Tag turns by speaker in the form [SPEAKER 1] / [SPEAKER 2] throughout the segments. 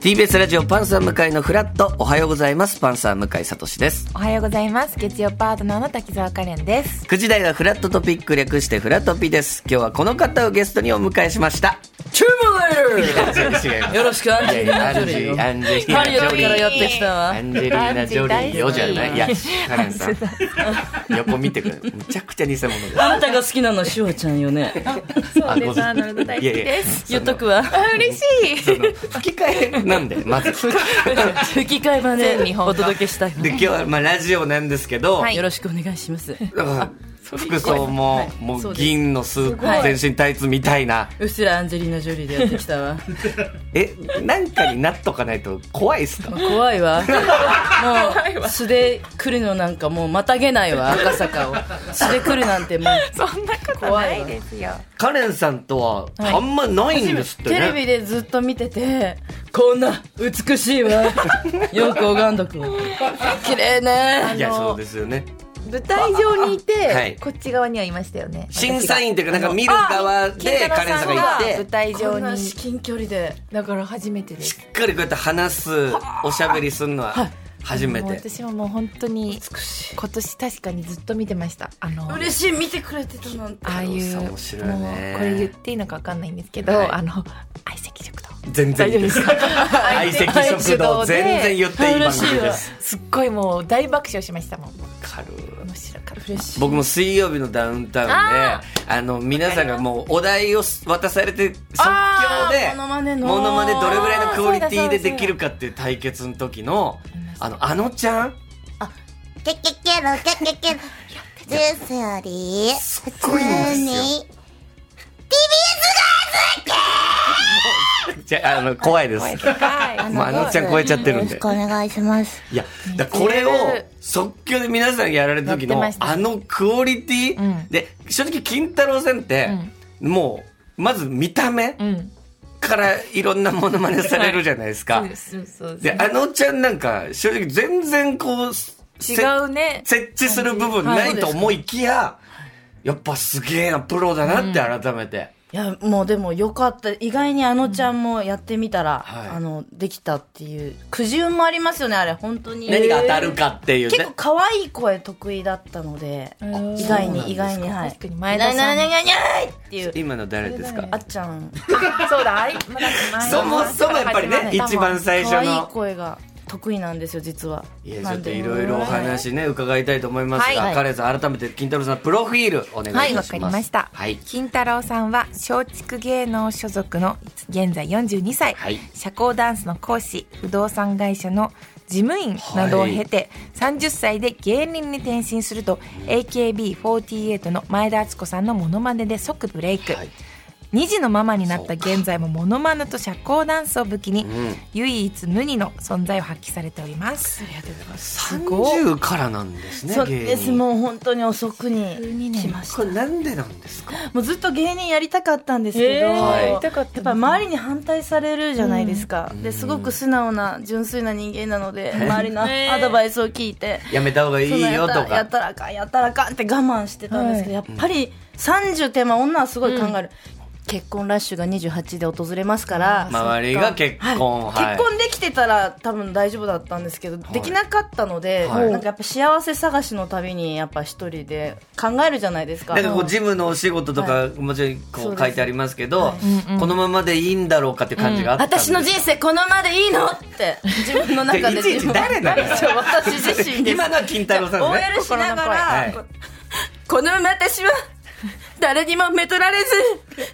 [SPEAKER 1] TBS ラジオパンサー向井のフラットおはようございますパンサー向井聡です
[SPEAKER 2] おはようございます。月曜パートナーの滝沢カレンです。
[SPEAKER 1] 9時台はフラットトピック略してフラトピです今日はこの方をゲストにお迎えしました
[SPEAKER 3] チューブ
[SPEAKER 1] 違う違う
[SPEAKER 3] よろしくアンジェリーナ・
[SPEAKER 1] アン
[SPEAKER 3] ジ
[SPEAKER 1] ジ
[SPEAKER 3] ョ
[SPEAKER 1] ェ
[SPEAKER 3] リ
[SPEAKER 1] リ
[SPEAKER 3] ー
[SPEAKER 1] ーア
[SPEAKER 3] よ
[SPEAKER 1] ンジェリ
[SPEAKER 3] パリの海から
[SPEAKER 1] ーナジョリー
[SPEAKER 3] やってきたわ
[SPEAKER 1] アンジェリーナ・ジョリーよじゃないいやカレンさん横見てくれむちゃくちゃ偽物です
[SPEAKER 3] あなたが好きなのしおちゃんよね
[SPEAKER 2] そう
[SPEAKER 1] ですあの
[SPEAKER 2] 大
[SPEAKER 1] いやいやその
[SPEAKER 3] 言っとくわ
[SPEAKER 2] 嬉し
[SPEAKER 1] その吹き替えなんでまず
[SPEAKER 3] 吹き替え版
[SPEAKER 2] 全日
[SPEAKER 3] で
[SPEAKER 2] 本版
[SPEAKER 3] お届けしたいわ
[SPEAKER 1] で今日はまあラジオなんですけど、
[SPEAKER 2] はい
[SPEAKER 3] よろしくお願いします
[SPEAKER 1] だから服装ももう銀のスー
[SPEAKER 3] はい
[SPEAKER 1] ツ全身タイツみたいな
[SPEAKER 3] うっすらアンジェリーナ・ジョリーでやってきたわ
[SPEAKER 1] えなんかになっとかないと怖いっすか
[SPEAKER 3] 怖いわもう素で来るのなんかもうまたげないわ赤坂を素で来るなんてもう
[SPEAKER 2] いそんなこと
[SPEAKER 3] 怖
[SPEAKER 2] ないい
[SPEAKER 3] わ
[SPEAKER 2] ですよ
[SPEAKER 1] カレンさんとは
[SPEAKER 3] はい
[SPEAKER 1] あんまないんですってね、
[SPEAKER 3] テレビでずっと見ててこんな美しいわよく拝んどくわ綺麗ね
[SPEAKER 1] いやそうですよね
[SPEAKER 2] 舞台上にいて、
[SPEAKER 1] はい
[SPEAKER 2] こっち側にはいましたよね
[SPEAKER 1] 審査員というかなんか見る側でカレンさんがい
[SPEAKER 2] 舞
[SPEAKER 1] て
[SPEAKER 2] 台
[SPEAKER 3] こ
[SPEAKER 2] 上
[SPEAKER 3] んな至近
[SPEAKER 2] に
[SPEAKER 3] 距離で
[SPEAKER 2] だから初めてで
[SPEAKER 1] し
[SPEAKER 2] す
[SPEAKER 1] っかりこうやって話すおしゃべりするのは初め
[SPEAKER 2] もう
[SPEAKER 1] て
[SPEAKER 2] 私ももう本当に
[SPEAKER 3] 美しい
[SPEAKER 2] 今年確かにずっと見てましたあの
[SPEAKER 3] 嬉しい見てくれてたなんて
[SPEAKER 2] ああいう
[SPEAKER 1] 面白いね
[SPEAKER 2] もうこれ言っていいのか分かんないんですけど、
[SPEAKER 1] はい
[SPEAKER 2] あの相席食堂
[SPEAKER 1] 全然
[SPEAKER 2] 大丈夫ですか
[SPEAKER 1] 相席食堂全然言っていい番組
[SPEAKER 3] 嬉
[SPEAKER 1] で
[SPEAKER 3] し
[SPEAKER 1] す
[SPEAKER 2] すっごいもう大爆笑しましたもん
[SPEAKER 1] 軽い
[SPEAKER 2] 面白かった
[SPEAKER 3] 嬉しい
[SPEAKER 1] 僕も水曜日のダウンタウンであの皆さんがもうお題を渡されて即興
[SPEAKER 3] あー
[SPEAKER 1] で
[SPEAKER 3] モノマネの
[SPEAKER 1] モノマネどれぐらいのクオリティで
[SPEAKER 2] そうだそうだ
[SPEAKER 1] できるかっていう対決の時のあ
[SPEAKER 2] あの
[SPEAKER 1] のあのちゃん
[SPEAKER 4] ケケケロケケケロ。ジュースより、普
[SPEAKER 1] ごいんで
[SPEAKER 4] 通
[SPEAKER 1] すよ
[SPEAKER 4] に、
[SPEAKER 1] じゃあの怖いです
[SPEAKER 2] はい
[SPEAKER 1] もうあのちゃん超えちゃって
[SPEAKER 4] よ
[SPEAKER 1] る
[SPEAKER 4] ろ
[SPEAKER 1] ん
[SPEAKER 4] し
[SPEAKER 1] で
[SPEAKER 4] くお願いします。
[SPEAKER 1] いやだからこれを即興で皆さんやられた時
[SPEAKER 2] やっ
[SPEAKER 1] の
[SPEAKER 2] てました
[SPEAKER 1] あのクオリティ、
[SPEAKER 2] うん
[SPEAKER 1] で正直金太郎さんって、もうまず見た目
[SPEAKER 2] うん
[SPEAKER 1] からいろんなモノマネされるじゃないですか、
[SPEAKER 2] そうそうそ
[SPEAKER 1] で、あのちゃんなんか、正直全然こう、せ
[SPEAKER 2] う違うね
[SPEAKER 1] 設置する部分ないと思いきや、やっぱすげえな、プロだなって改めて。
[SPEAKER 3] いやもうでもよかった意外にあのちゃんもやってみたら、
[SPEAKER 1] はい
[SPEAKER 3] あのできたっていうくじ運もありますよねあれ本当に
[SPEAKER 1] 何が当たるかっていう
[SPEAKER 3] 結
[SPEAKER 1] ね
[SPEAKER 3] 構。可愛い声得意だったので
[SPEAKER 2] ん
[SPEAKER 3] 意外
[SPEAKER 1] そうなんですか
[SPEAKER 3] に意外にはい
[SPEAKER 2] 確かに前田さん
[SPEAKER 3] なにゃにゃにゃにゃいっていう
[SPEAKER 1] 今の誰ですか
[SPEAKER 3] あっちゃん
[SPEAKER 2] そうだあい
[SPEAKER 1] そもそもやっぱりね、一番最初
[SPEAKER 3] 可愛い
[SPEAKER 1] の。
[SPEAKER 3] 声が得意なんですよ実はい
[SPEAKER 1] や、ちょっといろいろお話ね、伺いたいと思います
[SPEAKER 2] は
[SPEAKER 1] が、
[SPEAKER 2] い
[SPEAKER 1] カレンさん、改めて金太郎さんのプロフィールお願いいたします。
[SPEAKER 2] はいわかりました、
[SPEAKER 1] はい。
[SPEAKER 2] 金太郎さんは松竹芸能所属の現在42歳、
[SPEAKER 1] はい
[SPEAKER 2] 社交ダンスの講師不動産会社の事務員などを経て、30歳で芸人に転身すると AKB48 の前田敦子さんのモノマネで即ブレイク、
[SPEAKER 1] はい
[SPEAKER 2] 2児のママになった現在もモノマネと社交ダンスを武器に、
[SPEAKER 1] ん
[SPEAKER 2] 唯一無二の存在を発揮されておりますありがとうございますごい
[SPEAKER 1] 30からなんですね、
[SPEAKER 3] そう
[SPEAKER 1] 芸
[SPEAKER 3] です
[SPEAKER 1] 人。
[SPEAKER 3] もう本当に遅くに
[SPEAKER 2] 12年
[SPEAKER 3] 来ました
[SPEAKER 1] これなんでなんですか
[SPEAKER 3] もうずっと芸人やりたかったんですけど、
[SPEAKER 2] えー
[SPEAKER 1] はいやり
[SPEAKER 3] や
[SPEAKER 2] た
[SPEAKER 3] っ
[SPEAKER 2] か
[SPEAKER 3] ぱ
[SPEAKER 2] った
[SPEAKER 3] り周りに反対されるじゃないですか、
[SPEAKER 1] ん
[SPEAKER 3] ですごく素直な純粋な人間なので周りのアドバイスを聞いて、
[SPEAKER 1] やめた方がい
[SPEAKER 3] その
[SPEAKER 1] い
[SPEAKER 3] や
[SPEAKER 1] よ
[SPEAKER 3] っ
[SPEAKER 1] と
[SPEAKER 3] たや
[SPEAKER 1] か
[SPEAKER 3] っ。たらあかんやったらあかんって我慢してたんですけど、やっぱり30手前女はすごい考える、結婚ラッシュが28で訪れますから、
[SPEAKER 1] 周りが結婚、
[SPEAKER 3] はい
[SPEAKER 1] はい
[SPEAKER 3] 結婚できてたら多分大丈夫だったんですけど、
[SPEAKER 1] い
[SPEAKER 3] できなかったので、
[SPEAKER 1] はい
[SPEAKER 3] なんかやっぱ幸せ探しのたびにやっぱ一人で考えるじゃないですか
[SPEAKER 1] なんかこうジムのお仕事とか、もちろんこ
[SPEAKER 3] そう
[SPEAKER 1] う
[SPEAKER 3] です
[SPEAKER 1] 書いてありますけど、このままでいいんだろうかって感じがあったんです、
[SPEAKER 3] 私の人生このままでいいのって自分の中で
[SPEAKER 1] ちょいちいち誰なの
[SPEAKER 3] 自分私自身です
[SPEAKER 1] 今のは金太郎さんですね
[SPEAKER 3] OL しながら、
[SPEAKER 1] はい
[SPEAKER 3] ここのまま私は誰にもめとられずどうや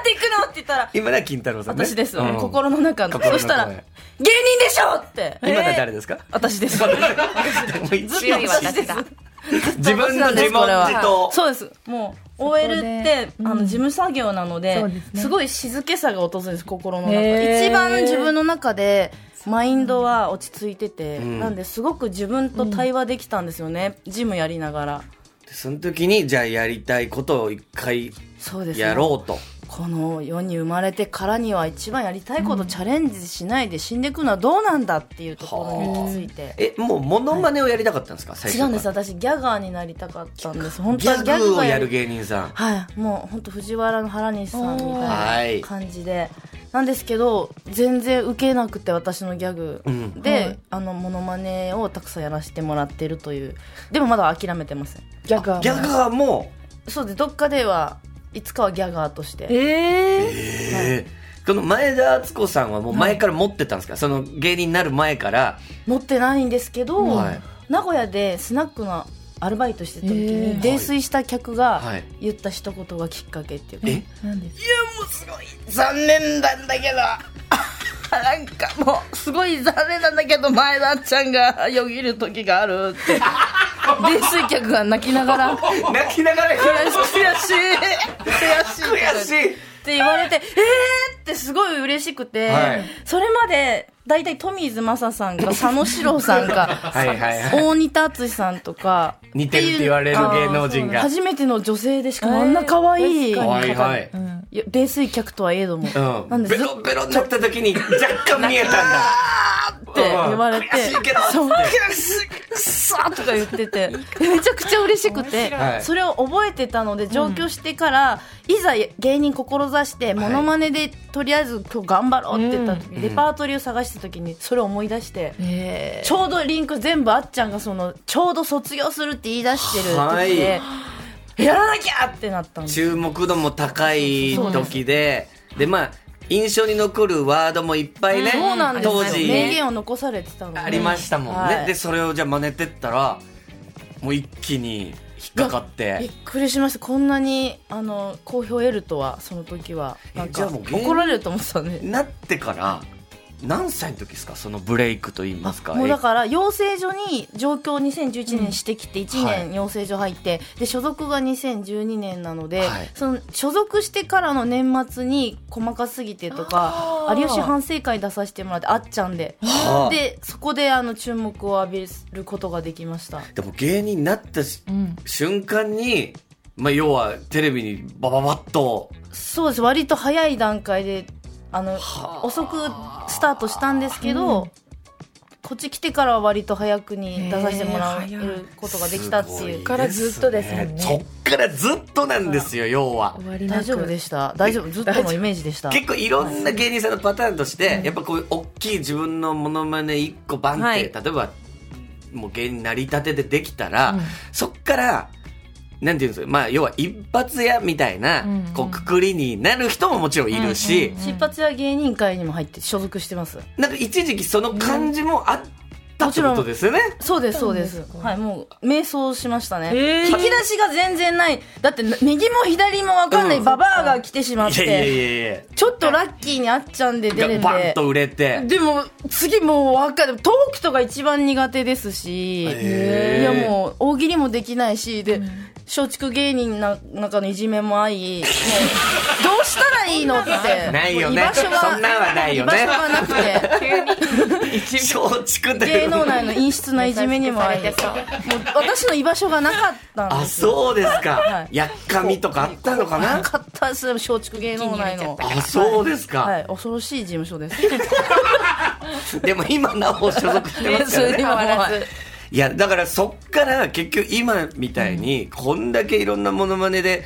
[SPEAKER 3] っていくのって言ったら
[SPEAKER 1] 今のは金太郎さんね
[SPEAKER 3] 私です、
[SPEAKER 1] うん
[SPEAKER 3] 心の中の
[SPEAKER 1] 心の中
[SPEAKER 3] そしたら
[SPEAKER 1] はい
[SPEAKER 3] 芸人でしょって
[SPEAKER 1] 今のは誰ですか、
[SPEAKER 3] 私です
[SPEAKER 1] で も一
[SPEAKER 2] 強い
[SPEAKER 1] 応
[SPEAKER 2] 私だ
[SPEAKER 1] 自分の自問自答
[SPEAKER 3] そうですもう OL って、あの事務作業なので
[SPEAKER 2] そう
[SPEAKER 3] す,、
[SPEAKER 2] ですね
[SPEAKER 3] ごい静けさが訪れるんです心の中、
[SPEAKER 2] へー
[SPEAKER 3] 一番自分の中でマインドは落ち着いてて、
[SPEAKER 1] ん
[SPEAKER 3] なんですごく自分と対話できたんですよね、ジムやりながら
[SPEAKER 1] その時にじゃあやりたいことを一回
[SPEAKER 3] そうですね
[SPEAKER 1] やろうと
[SPEAKER 3] この世に生まれてからには一番やりたいことチャレンジしないで死んでいくのはどうなんだっていうところに行き着いて、
[SPEAKER 1] えもうモノマネをやりたかったんですか、最初
[SPEAKER 3] 違う
[SPEAKER 1] から
[SPEAKER 3] んです私ギャガーになりたかったんです本
[SPEAKER 1] ギ
[SPEAKER 3] 当は
[SPEAKER 1] ャグを
[SPEAKER 3] が
[SPEAKER 1] やる芸人さん
[SPEAKER 3] はいもう本当藤原の原西さんみたいな感じでなんですけど全然受けなくて私のギャグ
[SPEAKER 1] ん
[SPEAKER 3] で、
[SPEAKER 2] はい
[SPEAKER 3] あのモノマネをたくさんやらせてもらってるというでもまだ諦めてません
[SPEAKER 2] ギャガー
[SPEAKER 1] ギャガーも、
[SPEAKER 3] そうですどっかではいつかはギャガーとして
[SPEAKER 2] ええ
[SPEAKER 1] えーこの前田敦子さんはもう前から持ってたんですか、その芸人になる前から。
[SPEAKER 3] 持ってないんですけど、
[SPEAKER 1] はい
[SPEAKER 3] 名古屋でスナックのアルバイトしてた時
[SPEAKER 2] え
[SPEAKER 3] に
[SPEAKER 2] ー
[SPEAKER 3] 泥酔した客が
[SPEAKER 1] はい
[SPEAKER 3] 言った一言がきっかけっていうか、
[SPEAKER 1] え
[SPEAKER 2] なんです
[SPEAKER 3] 残念なんだけどなんかもうすごい残念なんだけど前田ちゃんがよぎる時があるって 泥酔客が泣きなが ら
[SPEAKER 1] 泣きなが
[SPEAKER 3] 悔
[SPEAKER 1] ら
[SPEAKER 3] しい悔しい
[SPEAKER 1] 悔
[SPEAKER 3] 悔しい
[SPEAKER 1] しい。
[SPEAKER 3] って言われてえーってすごい嬉しくて、
[SPEAKER 1] はい
[SPEAKER 3] それまで大体トミーズマサさんか佐野史郎さんか
[SPEAKER 1] はいはいはい。
[SPEAKER 3] 大仁田淳さんとか
[SPEAKER 1] 似てるって言われる芸能人が。
[SPEAKER 3] 初めての女性でしかもあんな可愛い、
[SPEAKER 2] えー
[SPEAKER 1] かわいいはいい。
[SPEAKER 3] や泥酔客とはええども、な
[SPEAKER 1] うんん。
[SPEAKER 3] で
[SPEAKER 1] ベ
[SPEAKER 3] ずっ
[SPEAKER 1] ロベロになった時に若干見えたん だ。
[SPEAKER 3] て言われて
[SPEAKER 1] 悔しいけど
[SPEAKER 3] そう悔しいくっそーとか言っててめちゃくちゃ嬉しくて
[SPEAKER 1] 白い
[SPEAKER 3] それを覚えてたので上京してから、いざ芸人志してモノマネでとりあえず今日頑張ろうって言った時、レパートリーを探した時にそれを思い出して。
[SPEAKER 2] え
[SPEAKER 3] ちょうどリンク全部あっちゃんがそのちょうど卒業するって言い出してる時で、やらなきゃってなったんです
[SPEAKER 1] 注目度も高い時で、で、まあ、印象に残るワードもいっぱいね、
[SPEAKER 3] そうなんですよ
[SPEAKER 1] 当
[SPEAKER 3] 名
[SPEAKER 1] 時
[SPEAKER 3] 言を残されてたので
[SPEAKER 1] ありましたもん
[SPEAKER 3] は
[SPEAKER 1] ね。
[SPEAKER 3] い
[SPEAKER 1] で、それをじゃあ真似てったら、もう一気に引っかかっ。
[SPEAKER 3] びってくりしましたこんなにあの好評を得るとはその時はなん
[SPEAKER 1] えじゃ
[SPEAKER 3] か
[SPEAKER 1] あもう芸人
[SPEAKER 3] 怒られると思ってたね
[SPEAKER 1] なってから、何歳の時ですかそのブレイクと言いますか。
[SPEAKER 3] もうだから養成所に上京2011年してきて1年養成所入って、で所属が2012年なので、
[SPEAKER 1] はい
[SPEAKER 3] その所属してからの年末に「細かすぎて」とか「有吉反省会」出させてもらってあっちゃんで
[SPEAKER 1] はあ
[SPEAKER 3] でそこであの注目を浴びることができました
[SPEAKER 1] でも芸人になったし
[SPEAKER 2] うん
[SPEAKER 1] 瞬間に、まあ、要はテレビにバババッと
[SPEAKER 3] そうです割と早い段階であの
[SPEAKER 1] はあ
[SPEAKER 3] 遅くスタートしたんですけど、こっち来てからは割と早くに出させてもら
[SPEAKER 2] へ
[SPEAKER 3] え
[SPEAKER 2] え
[SPEAKER 3] ることができたって
[SPEAKER 1] す
[SPEAKER 3] い
[SPEAKER 1] ご
[SPEAKER 3] う
[SPEAKER 1] ですね
[SPEAKER 2] からずっとですもんね
[SPEAKER 1] そっからずっとなんですよ要は
[SPEAKER 2] 終わりなく
[SPEAKER 3] 大丈夫で
[SPEAKER 2] し
[SPEAKER 3] した大丈夫ずっとのイメージでした
[SPEAKER 1] 結構いろんな芸人さんのパターンとしてやっぱこういう大きい自分のモノマネ1個バンって、
[SPEAKER 3] はい
[SPEAKER 1] 例えばもう芸人なりたてでできたら、そっからなんていうんですかまあ要は一発屋みたいな、
[SPEAKER 2] うんうん
[SPEAKER 1] こうくくりになる人ももちろんいるし、
[SPEAKER 3] 出発や芸人会にも入って所属してます
[SPEAKER 1] なんか一時期その感じもあったってことですよね、
[SPEAKER 3] そうですそうです
[SPEAKER 2] そうなんですか
[SPEAKER 3] はいもう迷走しましたね
[SPEAKER 2] へー
[SPEAKER 3] 引き出しが全然ないだって右も左も分かんない
[SPEAKER 1] うん
[SPEAKER 3] ババアが来てしまっ
[SPEAKER 1] いやいやい
[SPEAKER 3] て
[SPEAKER 1] やいや
[SPEAKER 3] ちょっとラッキーにあっちゃんで出れ
[SPEAKER 1] がバン
[SPEAKER 3] て
[SPEAKER 1] と売れて。
[SPEAKER 3] でも次もう分かるトークとか一番苦手ですしい
[SPEAKER 1] へ
[SPEAKER 3] や
[SPEAKER 1] ー
[SPEAKER 3] もう大喜利もできないしで松竹芸人の中のいじめもあいもうどうしたらいいのって
[SPEAKER 1] ないよね
[SPEAKER 3] もう居場所が
[SPEAKER 1] そんなんはないよね
[SPEAKER 3] 居場所がなくて
[SPEAKER 1] 松竹で
[SPEAKER 3] 芸能内の陰湿ないじめにもあいもう私の居場所がなかったん
[SPEAKER 1] あ
[SPEAKER 3] ですよ
[SPEAKER 1] そうですか、
[SPEAKER 3] はい
[SPEAKER 1] やっかみとかあったのかな
[SPEAKER 3] なかったです松竹芸能内の
[SPEAKER 1] あそうですか、
[SPEAKER 3] はい恐ろしい事務所 です
[SPEAKER 1] でも今なお所属してますからね
[SPEAKER 3] 今は
[SPEAKER 1] はいやだからそっから結局今みたいにこんだけいろんなものまねで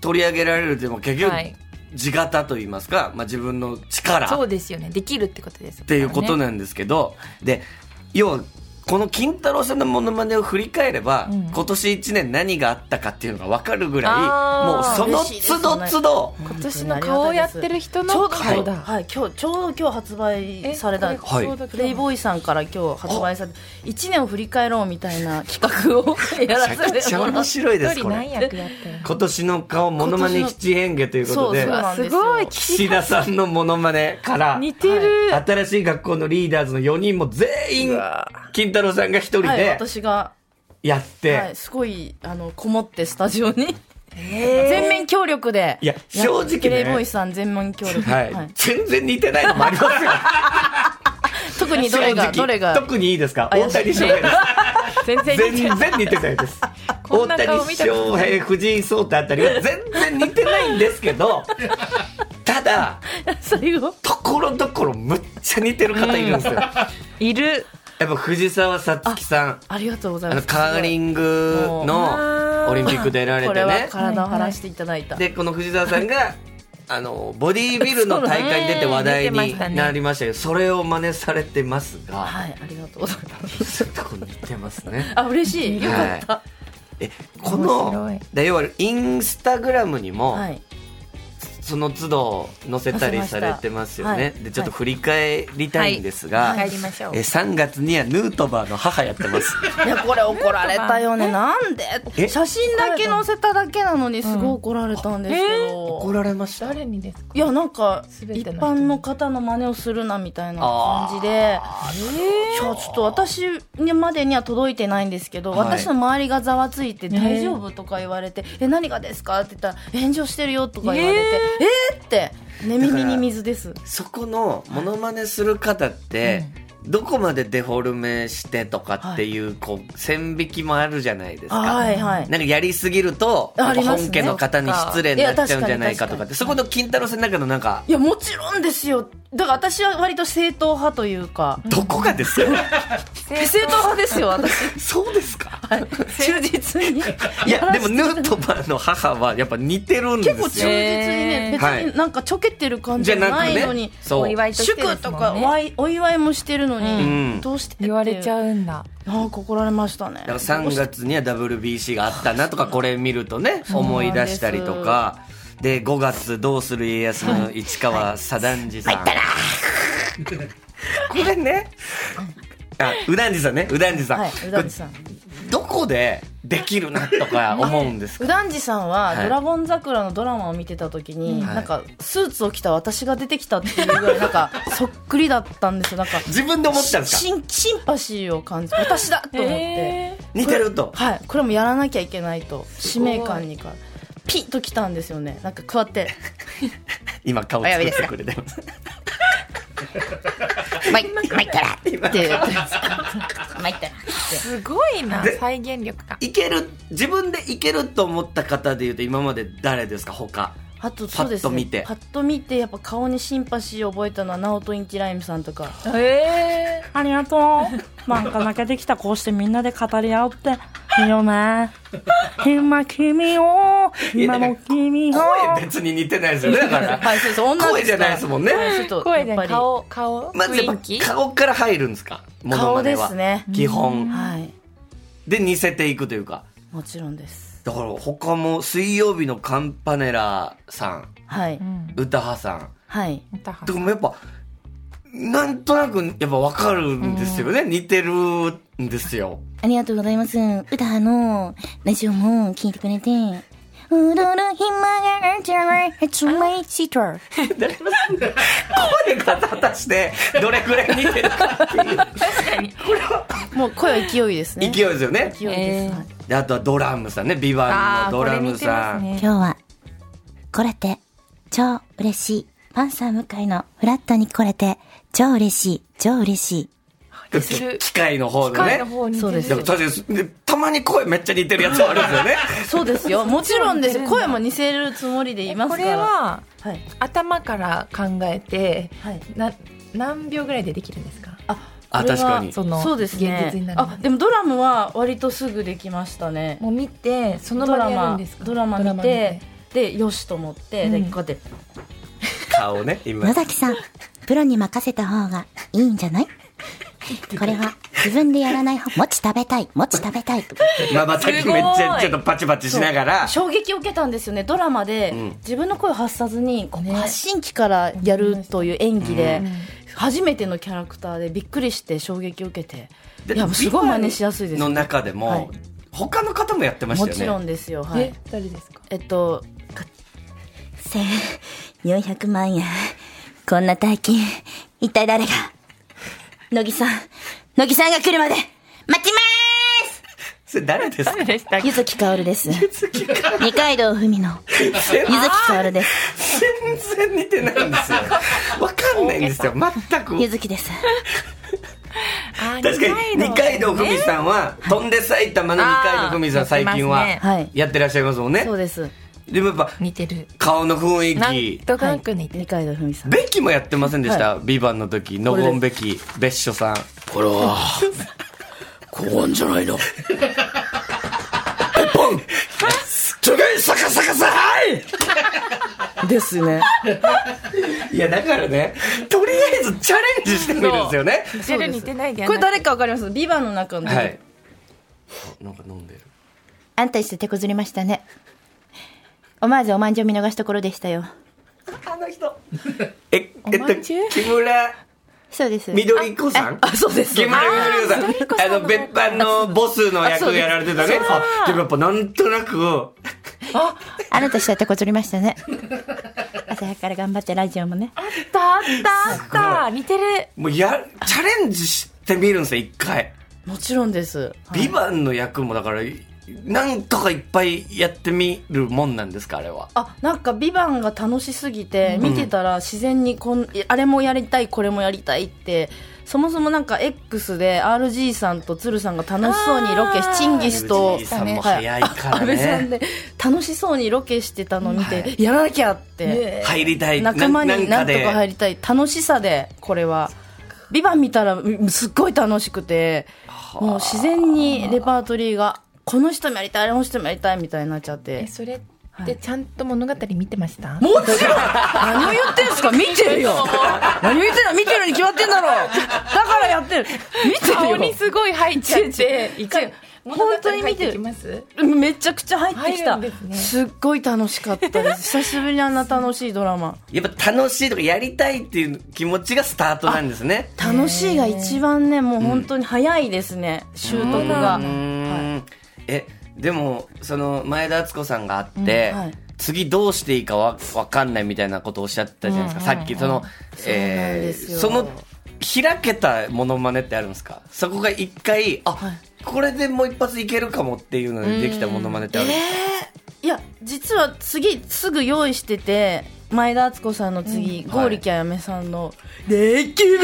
[SPEAKER 1] 取り上げられるでも結局
[SPEAKER 2] はい
[SPEAKER 1] 地形といいますか、まあ、自分の力
[SPEAKER 2] そうですよねできるってことです
[SPEAKER 1] っていうこと
[SPEAKER 2] ね
[SPEAKER 1] なんですけど、で要はこの金太郎さんのモノマネを振り返れば、今年1年何があったかっていうのが分かるぐらいもう
[SPEAKER 2] あー
[SPEAKER 1] その
[SPEAKER 3] 嬉しいですね
[SPEAKER 1] 都度都度
[SPEAKER 2] 今年の顔をやってる人の
[SPEAKER 1] ちょ
[SPEAKER 2] 顔
[SPEAKER 1] うど
[SPEAKER 2] だ
[SPEAKER 3] はい今日ちょうど今日発売された
[SPEAKER 1] これはい
[SPEAKER 3] プレイボー
[SPEAKER 2] ーイ
[SPEAKER 3] イさんから今日発売された1年を振り返ろうみたいな企画を やら
[SPEAKER 1] めちゃく
[SPEAKER 3] せて
[SPEAKER 1] ちゃ
[SPEAKER 3] もら
[SPEAKER 1] 面
[SPEAKER 3] っ
[SPEAKER 1] 白いで
[SPEAKER 2] 一
[SPEAKER 1] す
[SPEAKER 2] 人
[SPEAKER 1] こ
[SPEAKER 2] 何
[SPEAKER 1] れ
[SPEAKER 2] 役やってる
[SPEAKER 1] 今年の顔モノマネ七変化ということで
[SPEAKER 3] そうそう
[SPEAKER 2] すごい
[SPEAKER 1] 岸田さんのモノマネから
[SPEAKER 2] 似てる
[SPEAKER 1] 新しい学校のリーダーズの4人も全員金太郎さんが一人
[SPEAKER 3] て、はい、
[SPEAKER 1] で
[SPEAKER 3] 私が、
[SPEAKER 1] やって、
[SPEAKER 3] はい、すごいあのこもってスタジオに
[SPEAKER 2] 全
[SPEAKER 3] 全面協力で
[SPEAKER 1] いや正直ね
[SPEAKER 3] プレイボーイさん全面協力、
[SPEAKER 1] はい全然似てないのもありますよ
[SPEAKER 3] 特 にどれ
[SPEAKER 1] 正
[SPEAKER 3] が
[SPEAKER 1] 直
[SPEAKER 3] どれが
[SPEAKER 1] 特にいいですか
[SPEAKER 3] 怪しい
[SPEAKER 1] 大谷翔平です
[SPEAKER 2] 全然
[SPEAKER 1] 全
[SPEAKER 2] 似てる
[SPEAKER 1] 然似てないです
[SPEAKER 2] こ
[SPEAKER 1] 大
[SPEAKER 2] んな顔
[SPEAKER 1] 谷
[SPEAKER 2] 見たこと
[SPEAKER 1] 翔平藤井聡太あたりは全然似てないんですけどただ
[SPEAKER 3] 最後
[SPEAKER 1] ところどころむっちゃ似てる方いるんですよ、やっ
[SPEAKER 2] いる
[SPEAKER 1] ぱ藤沢さつきさん
[SPEAKER 3] ありがとうござい
[SPEAKER 1] あ
[SPEAKER 3] ま
[SPEAKER 1] の
[SPEAKER 3] す
[SPEAKER 1] カーリング
[SPEAKER 3] もう
[SPEAKER 1] のオリンピック出られ
[SPEAKER 3] これ
[SPEAKER 1] て
[SPEAKER 3] は
[SPEAKER 1] ね
[SPEAKER 3] 体を張らせていただいた、
[SPEAKER 1] でこの藤沢さんがあのボディービルの大会に出て話題
[SPEAKER 2] そうね出てました
[SPEAKER 1] に
[SPEAKER 2] ね
[SPEAKER 1] なりましたけどそれを真似されてます が
[SPEAKER 3] はい、ありがとうございます。
[SPEAKER 1] ちょっとこう似てますね
[SPEAKER 3] あ、嬉しい。よかった。は
[SPEAKER 1] えこ
[SPEAKER 2] 面白
[SPEAKER 1] の
[SPEAKER 2] い
[SPEAKER 1] で要はインスタグラムにも、
[SPEAKER 3] い。
[SPEAKER 1] その都度載せたりされてますよ
[SPEAKER 3] 載せ
[SPEAKER 1] ね
[SPEAKER 3] ましたはい
[SPEAKER 1] でちょっと振り返りたいんですが、
[SPEAKER 2] はい帰りましょう
[SPEAKER 1] え3月にはヌートバーの母やってます
[SPEAKER 3] いや、これ怒られたよね。なんで
[SPEAKER 1] え
[SPEAKER 3] 写真だけ載せただけなのにすごい怒られたんですよ。
[SPEAKER 1] 怒られました
[SPEAKER 2] 誰にですか
[SPEAKER 3] いや、なんか、
[SPEAKER 2] 全
[SPEAKER 3] 一
[SPEAKER 2] ての人
[SPEAKER 3] 般の方の真似をするなみたいな感じで。いやちょっと私にまでには届いてないんですけど、
[SPEAKER 1] はい
[SPEAKER 3] 私の周りがざわついて「
[SPEAKER 2] ね
[SPEAKER 3] 大丈夫?」とか言われて「え何がですか?」って言ったら「炎上してるよ」とか言われて「えー、って寝耳に水です
[SPEAKER 1] そこのモノマネする方って、どこまでデフォルメしてとかっていう、こう線引きもあるじゃないですか、
[SPEAKER 3] はいはい
[SPEAKER 1] なんかやりすぎると、
[SPEAKER 3] ありますね
[SPEAKER 1] 本家の方に失礼になっちゃうんじゃないかとかっ
[SPEAKER 3] いや確かに確
[SPEAKER 1] てそこの金太郎さんの中のなんか
[SPEAKER 3] いやもちろんですよだから私は割と正統派というか
[SPEAKER 1] どこがですか
[SPEAKER 3] 正統派ですよ私
[SPEAKER 1] そうですか
[SPEAKER 3] 忠実に
[SPEAKER 1] いやでも
[SPEAKER 3] らせて
[SPEAKER 1] ヌートバーの母はやっぱ似てるんですよ
[SPEAKER 3] 結構忠実にね
[SPEAKER 2] へ
[SPEAKER 3] 別
[SPEAKER 1] ー
[SPEAKER 3] になんかちょけてる感じ
[SPEAKER 1] じ
[SPEAKER 3] じ
[SPEAKER 1] ゃ
[SPEAKER 3] ゃ
[SPEAKER 1] な
[SPEAKER 3] な
[SPEAKER 1] く
[SPEAKER 3] い
[SPEAKER 1] ね
[SPEAKER 3] のに
[SPEAKER 1] そう
[SPEAKER 2] お祝いとして
[SPEAKER 3] 祝
[SPEAKER 2] ですもんね
[SPEAKER 3] とかおいお祝いもしてるのに、
[SPEAKER 1] うん
[SPEAKER 3] どうしてって
[SPEAKER 2] 言われちゃうんだ
[SPEAKER 3] なんか怒られましたね
[SPEAKER 1] だから3月には WBC があったなとかこれ見るとね思い出したりとかで5月「どうする家康」の市川左團次さん、これねあ右團次さんね右團次さん、
[SPEAKER 3] はい、うだんじさん。
[SPEAKER 1] これどこでできるなとか思うんです か
[SPEAKER 3] うだんじさんは、
[SPEAKER 1] はい
[SPEAKER 3] ドラゴン桜のドラマを見てた時に、
[SPEAKER 1] はい
[SPEAKER 3] なんか、スーツを着た私が出てきたっていうぐらい、なん か、そっくりだったんですよ。なんか、
[SPEAKER 1] 自分で思ったんですか
[SPEAKER 3] シンシンパシーを感じ私だと思って。
[SPEAKER 1] 似てると
[SPEAKER 3] はい、これもやらなきゃいけないと、使命感にか。ピッと来たんですよね。なんか、こうや って。
[SPEAKER 1] 今顔作ってくれて ます
[SPEAKER 4] まい、まいったら、
[SPEAKER 3] って言って
[SPEAKER 4] まいったら。
[SPEAKER 2] すごいな
[SPEAKER 1] で
[SPEAKER 2] 再現力が
[SPEAKER 1] いける自分でいけると思った方でいうと今まで誰ですか他
[SPEAKER 3] あと、そうですね。
[SPEAKER 1] パッと見て
[SPEAKER 3] パッと見て、やっぱ顔にシンパシーを覚えたのは、ナオトインティライムさんとか。
[SPEAKER 2] え
[SPEAKER 5] ありがとう。なんか泣けてきた。こうしてみんなで語り合うって、いいよね。今君を、今の君を。
[SPEAKER 1] 声別に似てないですよねだか ら
[SPEAKER 3] はい、そうです。女
[SPEAKER 1] 声じゃないですもんね
[SPEAKER 3] はいちょっと
[SPEAKER 2] 声
[SPEAKER 3] や
[SPEAKER 2] で
[SPEAKER 3] っぱり
[SPEAKER 2] 顔顔
[SPEAKER 1] まずや
[SPEAKER 2] 雰
[SPEAKER 1] っ
[SPEAKER 2] 囲
[SPEAKER 1] ぱ
[SPEAKER 2] 気
[SPEAKER 1] 顔から入るんですかモノマネは
[SPEAKER 3] 顔ですね
[SPEAKER 1] 基本
[SPEAKER 3] はい。
[SPEAKER 1] で似せていくというか
[SPEAKER 3] もちろんです。
[SPEAKER 1] だから他も水曜日のカンパネラさん
[SPEAKER 3] はい。
[SPEAKER 2] うん
[SPEAKER 1] 歌羽さん
[SPEAKER 3] はい。
[SPEAKER 2] 歌は
[SPEAKER 1] とかもやっぱなんとなくやっぱ分かるんですよね似てるんですよ
[SPEAKER 4] ありがとうございます。歌はの、ラジオも聞いてくれて。踊る暇があるじゃない、つまいちと。
[SPEAKER 1] 声が果たしてどれくらい似てるかっていう
[SPEAKER 3] もう声は勢いです
[SPEAKER 1] 勢
[SPEAKER 3] ね。
[SPEAKER 1] いですよね
[SPEAKER 3] 勢いです。はい
[SPEAKER 1] であとはドラムさんねビバンのドラムさん、
[SPEAKER 4] 今日は、来れて、超嬉しい。パンサー向かいのフラットに来れて、超嬉しい、超嬉しい。
[SPEAKER 1] き機械の方の
[SPEAKER 2] 声
[SPEAKER 1] ね
[SPEAKER 2] の方に
[SPEAKER 3] そうで
[SPEAKER 1] だから確かにたまに声めっちゃ似てるやつもあるんで すよね
[SPEAKER 3] そうですよ。もちろんですよ。声も似せるつもりでいます
[SPEAKER 2] こ
[SPEAKER 3] から。
[SPEAKER 2] れは
[SPEAKER 3] はい。
[SPEAKER 2] 頭から考えて
[SPEAKER 3] はい。
[SPEAKER 2] な何秒ぐらいでできるんですか
[SPEAKER 3] あ、
[SPEAKER 1] あ
[SPEAKER 3] これは
[SPEAKER 1] 確かに
[SPEAKER 2] その
[SPEAKER 3] そうですね。
[SPEAKER 2] 現実になるま
[SPEAKER 3] あ、
[SPEAKER 2] で
[SPEAKER 3] でもドラムは割とすぐできましたね。
[SPEAKER 2] もう見てその
[SPEAKER 3] ド
[SPEAKER 2] 場
[SPEAKER 3] ラ
[SPEAKER 2] でやるん
[SPEAKER 3] マ
[SPEAKER 2] です、か
[SPEAKER 3] ドラマ見て、で、よしと思って、で、
[SPEAKER 2] うん
[SPEAKER 3] こうやって。
[SPEAKER 1] 顔ね今
[SPEAKER 4] 野崎さん、プロに任せた方がいいんじゃないこれは自分でやらない方、もち食べたい、もち食べたい。
[SPEAKER 1] まばたきめっちゃ
[SPEAKER 2] すごい
[SPEAKER 1] ちょっとパチパチしながら
[SPEAKER 3] 衝撃を受けたんですよねドラマで、
[SPEAKER 1] うん
[SPEAKER 3] 自分の声を発さずに、こう
[SPEAKER 2] ね
[SPEAKER 3] 発信機からやるという演技で、初めてのキャラクターでびっくりして衝撃を受けて
[SPEAKER 1] で
[SPEAKER 3] いやすごい真似しやすいです
[SPEAKER 1] の中でも、
[SPEAKER 3] はい
[SPEAKER 1] 他の方もやってまし
[SPEAKER 3] も
[SPEAKER 1] た
[SPEAKER 3] ち
[SPEAKER 1] よ
[SPEAKER 3] ろ
[SPEAKER 1] ね
[SPEAKER 3] んですよはい
[SPEAKER 2] え誰ですか
[SPEAKER 3] えっと
[SPEAKER 4] 400万円。こんな大金、一体誰が乃木さん、乃木さんが来るまで、待ちまーす
[SPEAKER 1] それ誰ですか
[SPEAKER 2] でした
[SPEAKER 4] ゆずきかおるです。二階堂ふみの、ゆずきかおるです。
[SPEAKER 1] 全然似てないんですよわかんないんですよ全く
[SPEAKER 4] ゆずきです。
[SPEAKER 1] 確かに二階堂ふみさんは「飛んで埼玉」の二階堂ふみさ
[SPEAKER 2] あ
[SPEAKER 1] ん
[SPEAKER 2] ー
[SPEAKER 1] 最近は
[SPEAKER 2] やって
[SPEAKER 3] ますね
[SPEAKER 1] やってらっしゃいますもんね
[SPEAKER 3] そうです
[SPEAKER 1] でもやっぱ
[SPEAKER 2] 似てる
[SPEAKER 1] 顔の雰
[SPEAKER 2] なん
[SPEAKER 1] 囲気
[SPEAKER 2] となく似てる
[SPEAKER 3] 二階堂ふみさん
[SPEAKER 1] ベッキもやってませんでした「ビバンの時ノゴンベキ別所さん
[SPEAKER 6] これは、公安じゃないの。え、ポンちょけ逆さ逆さはい
[SPEAKER 3] ですね。
[SPEAKER 1] いや、だからね、とりあえずチャレンジしてみるんですよね。
[SPEAKER 2] ジェル似てないで
[SPEAKER 3] これ誰かわかりますビバの中の。
[SPEAKER 1] はい。なんか飲んでる。
[SPEAKER 4] 安定して手こずりましたね。思わずおまんじゅう見逃しところでしたよ。
[SPEAKER 1] え、えっと、木村
[SPEAKER 4] そうです。
[SPEAKER 1] みどりこさん
[SPEAKER 3] あ、そうです。
[SPEAKER 1] 木村みどりこさん。あの、別班のボスの
[SPEAKER 3] あそうで
[SPEAKER 1] 役
[SPEAKER 3] す
[SPEAKER 1] やられてたね。あでもやっぱなんとなく、
[SPEAKER 4] あなたした手こずりましたね。朝早くから頑張ってラジオもね。
[SPEAKER 2] だったあった似てる
[SPEAKER 1] もうや、チャレンジしてみるんですよ、一回。
[SPEAKER 3] もちろんです。
[SPEAKER 1] ビバンの役もだから、なんとかいっぱいやってみるもんなんですか、あれは。
[SPEAKER 3] あなんか「ビバンが楽しすぎて見てたら自然にこんあれもやりたいこれもやりたいってそもそもなんか X で RG さんと鶴さんが楽しそうにロケしチンギスと
[SPEAKER 1] 藤井さんも早いか
[SPEAKER 3] 阿
[SPEAKER 1] ら
[SPEAKER 3] 部さん
[SPEAKER 1] ね。
[SPEAKER 3] で楽しそうにロケしてたのを見て、やらなきゃって、
[SPEAKER 1] 入りたい。
[SPEAKER 3] 仲間になんと
[SPEAKER 1] で
[SPEAKER 3] か入りたい楽しさでこれは「ビバン見たらうんすっごい楽しくてもう自然にレパートリーがこの人もやりたいあの人もやりたいみたいになっちゃって
[SPEAKER 2] えそれってちゃんと物語見てました
[SPEAKER 3] もちろん何を言ってんすか見てるよ何を言ってんの見てるに決まってんだろだからやってる見て
[SPEAKER 2] 顔
[SPEAKER 3] る
[SPEAKER 2] にすごい入っちゃって一回
[SPEAKER 3] 違う本当に見てる
[SPEAKER 2] 物語入ってきます
[SPEAKER 3] よめちゃくちゃ入ってきた
[SPEAKER 2] 入るんですね
[SPEAKER 3] すっごい楽しかったです久しぶりにあんな楽しいドラマ
[SPEAKER 1] やっぱ楽しいとかやりたいっていう気持ちがスタートなんですね。
[SPEAKER 3] 楽しいが一番ねもう本当に早いですね、習得が
[SPEAKER 1] うーんえでもその前田敦子さんがあって、
[SPEAKER 3] うんはい
[SPEAKER 1] 次どうしていいかわわかんないみたいなことをおっしゃってたじゃないですか、さっきその、えー
[SPEAKER 3] そ
[SPEAKER 1] そう
[SPEAKER 3] なん
[SPEAKER 1] の開けたモノマネってあるんですかそこが一回あ、これでもう一発いけるかもっていうのでできたモノマネってあるんですか、
[SPEAKER 3] いや実は次すぐ用意してて前田敦子さんの次、
[SPEAKER 1] ん
[SPEAKER 3] 剛力あやめさんの「できれ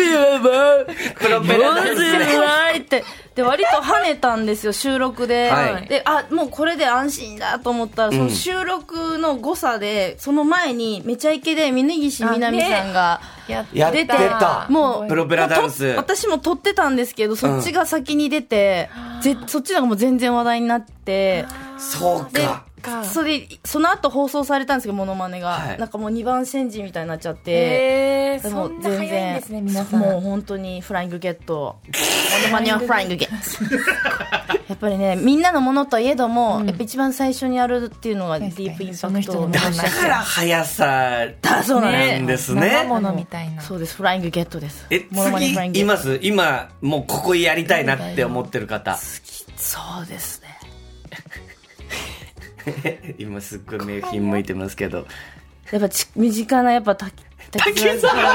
[SPEAKER 3] ば
[SPEAKER 1] プロペラダンスね
[SPEAKER 3] いってで割と跳ねたんですよ収録で、
[SPEAKER 1] はい
[SPEAKER 3] であもうこれで安心だと思ったらその収録の誤差で、その前に「めちゃイケ」で峯岸みなみさんが
[SPEAKER 2] やっ
[SPEAKER 1] やって
[SPEAKER 3] 出て
[SPEAKER 1] た
[SPEAKER 3] もう
[SPEAKER 1] プロペラダン
[SPEAKER 3] もう
[SPEAKER 1] ス
[SPEAKER 3] と私も撮ってたんですけどそっちが先に出て、ぜそっちのがもう全然話題になって。
[SPEAKER 1] そう
[SPEAKER 3] で
[SPEAKER 1] か
[SPEAKER 3] それその後放送されたんですけどモノマネが、
[SPEAKER 1] はい
[SPEAKER 3] なんかもう2番煎じみたいになっちゃって、
[SPEAKER 2] えー、
[SPEAKER 3] で
[SPEAKER 2] そ
[SPEAKER 3] も
[SPEAKER 2] んな早いんですね
[SPEAKER 3] 全
[SPEAKER 2] 皆
[SPEAKER 3] 然
[SPEAKER 2] さん
[SPEAKER 3] もう本当にフライングゲットモノマネはフライングゲッ トやっぱりねみんなのものといえども、やっぱ一番最初にやるっていうのがディ
[SPEAKER 2] 確かに
[SPEAKER 3] ープイン
[SPEAKER 2] そ
[SPEAKER 3] パ
[SPEAKER 2] の
[SPEAKER 3] ク
[SPEAKER 2] 人のも
[SPEAKER 3] ト
[SPEAKER 2] の
[SPEAKER 1] だから速さ
[SPEAKER 3] だ そうなんです、
[SPEAKER 1] なんです
[SPEAKER 2] 生
[SPEAKER 1] ね
[SPEAKER 2] ものみたいな
[SPEAKER 3] そうですフライングゲットです
[SPEAKER 1] え
[SPEAKER 3] モノマネフライング
[SPEAKER 1] 次
[SPEAKER 3] ゲ
[SPEAKER 1] い
[SPEAKER 3] ット
[SPEAKER 1] ます今もうここやりたいなって思ってる方
[SPEAKER 3] そうですね
[SPEAKER 1] 今すっごい名品向いてますけど
[SPEAKER 3] やっぱち身近なやっぱ滝滝沢さんやっ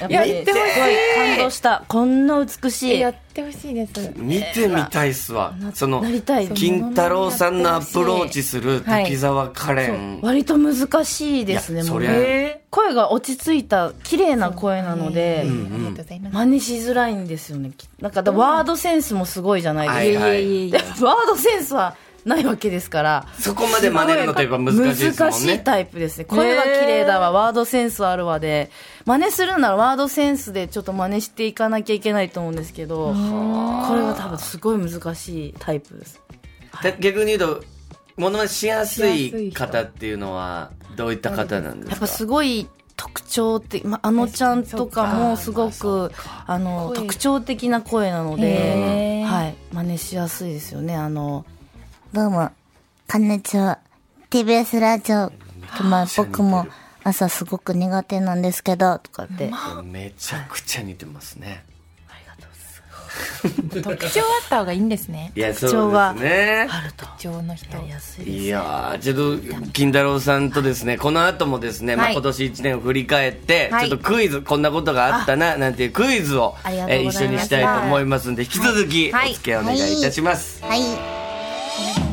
[SPEAKER 3] ぱり
[SPEAKER 2] やっ
[SPEAKER 3] す
[SPEAKER 2] て
[SPEAKER 3] ご
[SPEAKER 2] ほしい
[SPEAKER 3] い感動したこんな美しい
[SPEAKER 2] やってほしいです
[SPEAKER 1] 見てみたいっすわ、その
[SPEAKER 3] なりたい
[SPEAKER 1] 金太郎さんのアプローチする滝沢カレン、
[SPEAKER 3] 割と難しいですね
[SPEAKER 1] いや
[SPEAKER 3] もう
[SPEAKER 1] そりゃ
[SPEAKER 3] ね声が落ち着いた綺麗な声なので
[SPEAKER 2] ありがとうございます
[SPEAKER 3] 真似しづらいんですよねきなんかだワードセンスもすごいじゃないですか、
[SPEAKER 1] はいはい
[SPEAKER 3] いやいやいや ワードセンスはないわけですから
[SPEAKER 1] そこまで真似るのといえば難しいですも
[SPEAKER 3] 難
[SPEAKER 1] ん
[SPEAKER 3] しい
[SPEAKER 1] ね
[SPEAKER 3] タイプですね声が綺麗だわワードセンスあるわで真似するならワードセンスでちょっと真似していかなきゃいけないと思うんですけどこれは多分すごい難しいタイプです
[SPEAKER 1] で逆に言うとものまねしやすい方っていうのはどういった方なんで
[SPEAKER 3] やっ
[SPEAKER 1] す
[SPEAKER 3] ぱ
[SPEAKER 1] か
[SPEAKER 3] すごい特徴的、まあのちゃんとかもすごくあの
[SPEAKER 2] 声
[SPEAKER 3] 特徴的な声なの
[SPEAKER 2] へ
[SPEAKER 3] で、
[SPEAKER 2] ー
[SPEAKER 3] はい、真似しやすいですよねあの
[SPEAKER 7] どうも、こんにちは。TBS ラジオ。まあ、僕も朝すごく苦手なんですけど、とかって。
[SPEAKER 1] めちゃくちゃ似てますね、
[SPEAKER 2] 特徴あった方がいいんですね
[SPEAKER 1] い、やそ
[SPEAKER 3] 徴
[SPEAKER 1] う
[SPEAKER 3] が
[SPEAKER 1] ですね
[SPEAKER 2] 特徴の人
[SPEAKER 1] いやーちょっと金太郎さんとですねこの後もですね、まあ、今年1年を振り返って、
[SPEAKER 2] はい
[SPEAKER 1] ちょっとクイズこんなことがあったななんていうクイズを、
[SPEAKER 7] ありがとう
[SPEAKER 1] えー
[SPEAKER 7] ご
[SPEAKER 1] 一
[SPEAKER 7] ざ
[SPEAKER 1] 緒
[SPEAKER 7] います
[SPEAKER 1] にしたいと思いますんで引き続きお
[SPEAKER 2] はい
[SPEAKER 1] 付き合いお願いいたします、
[SPEAKER 7] はい。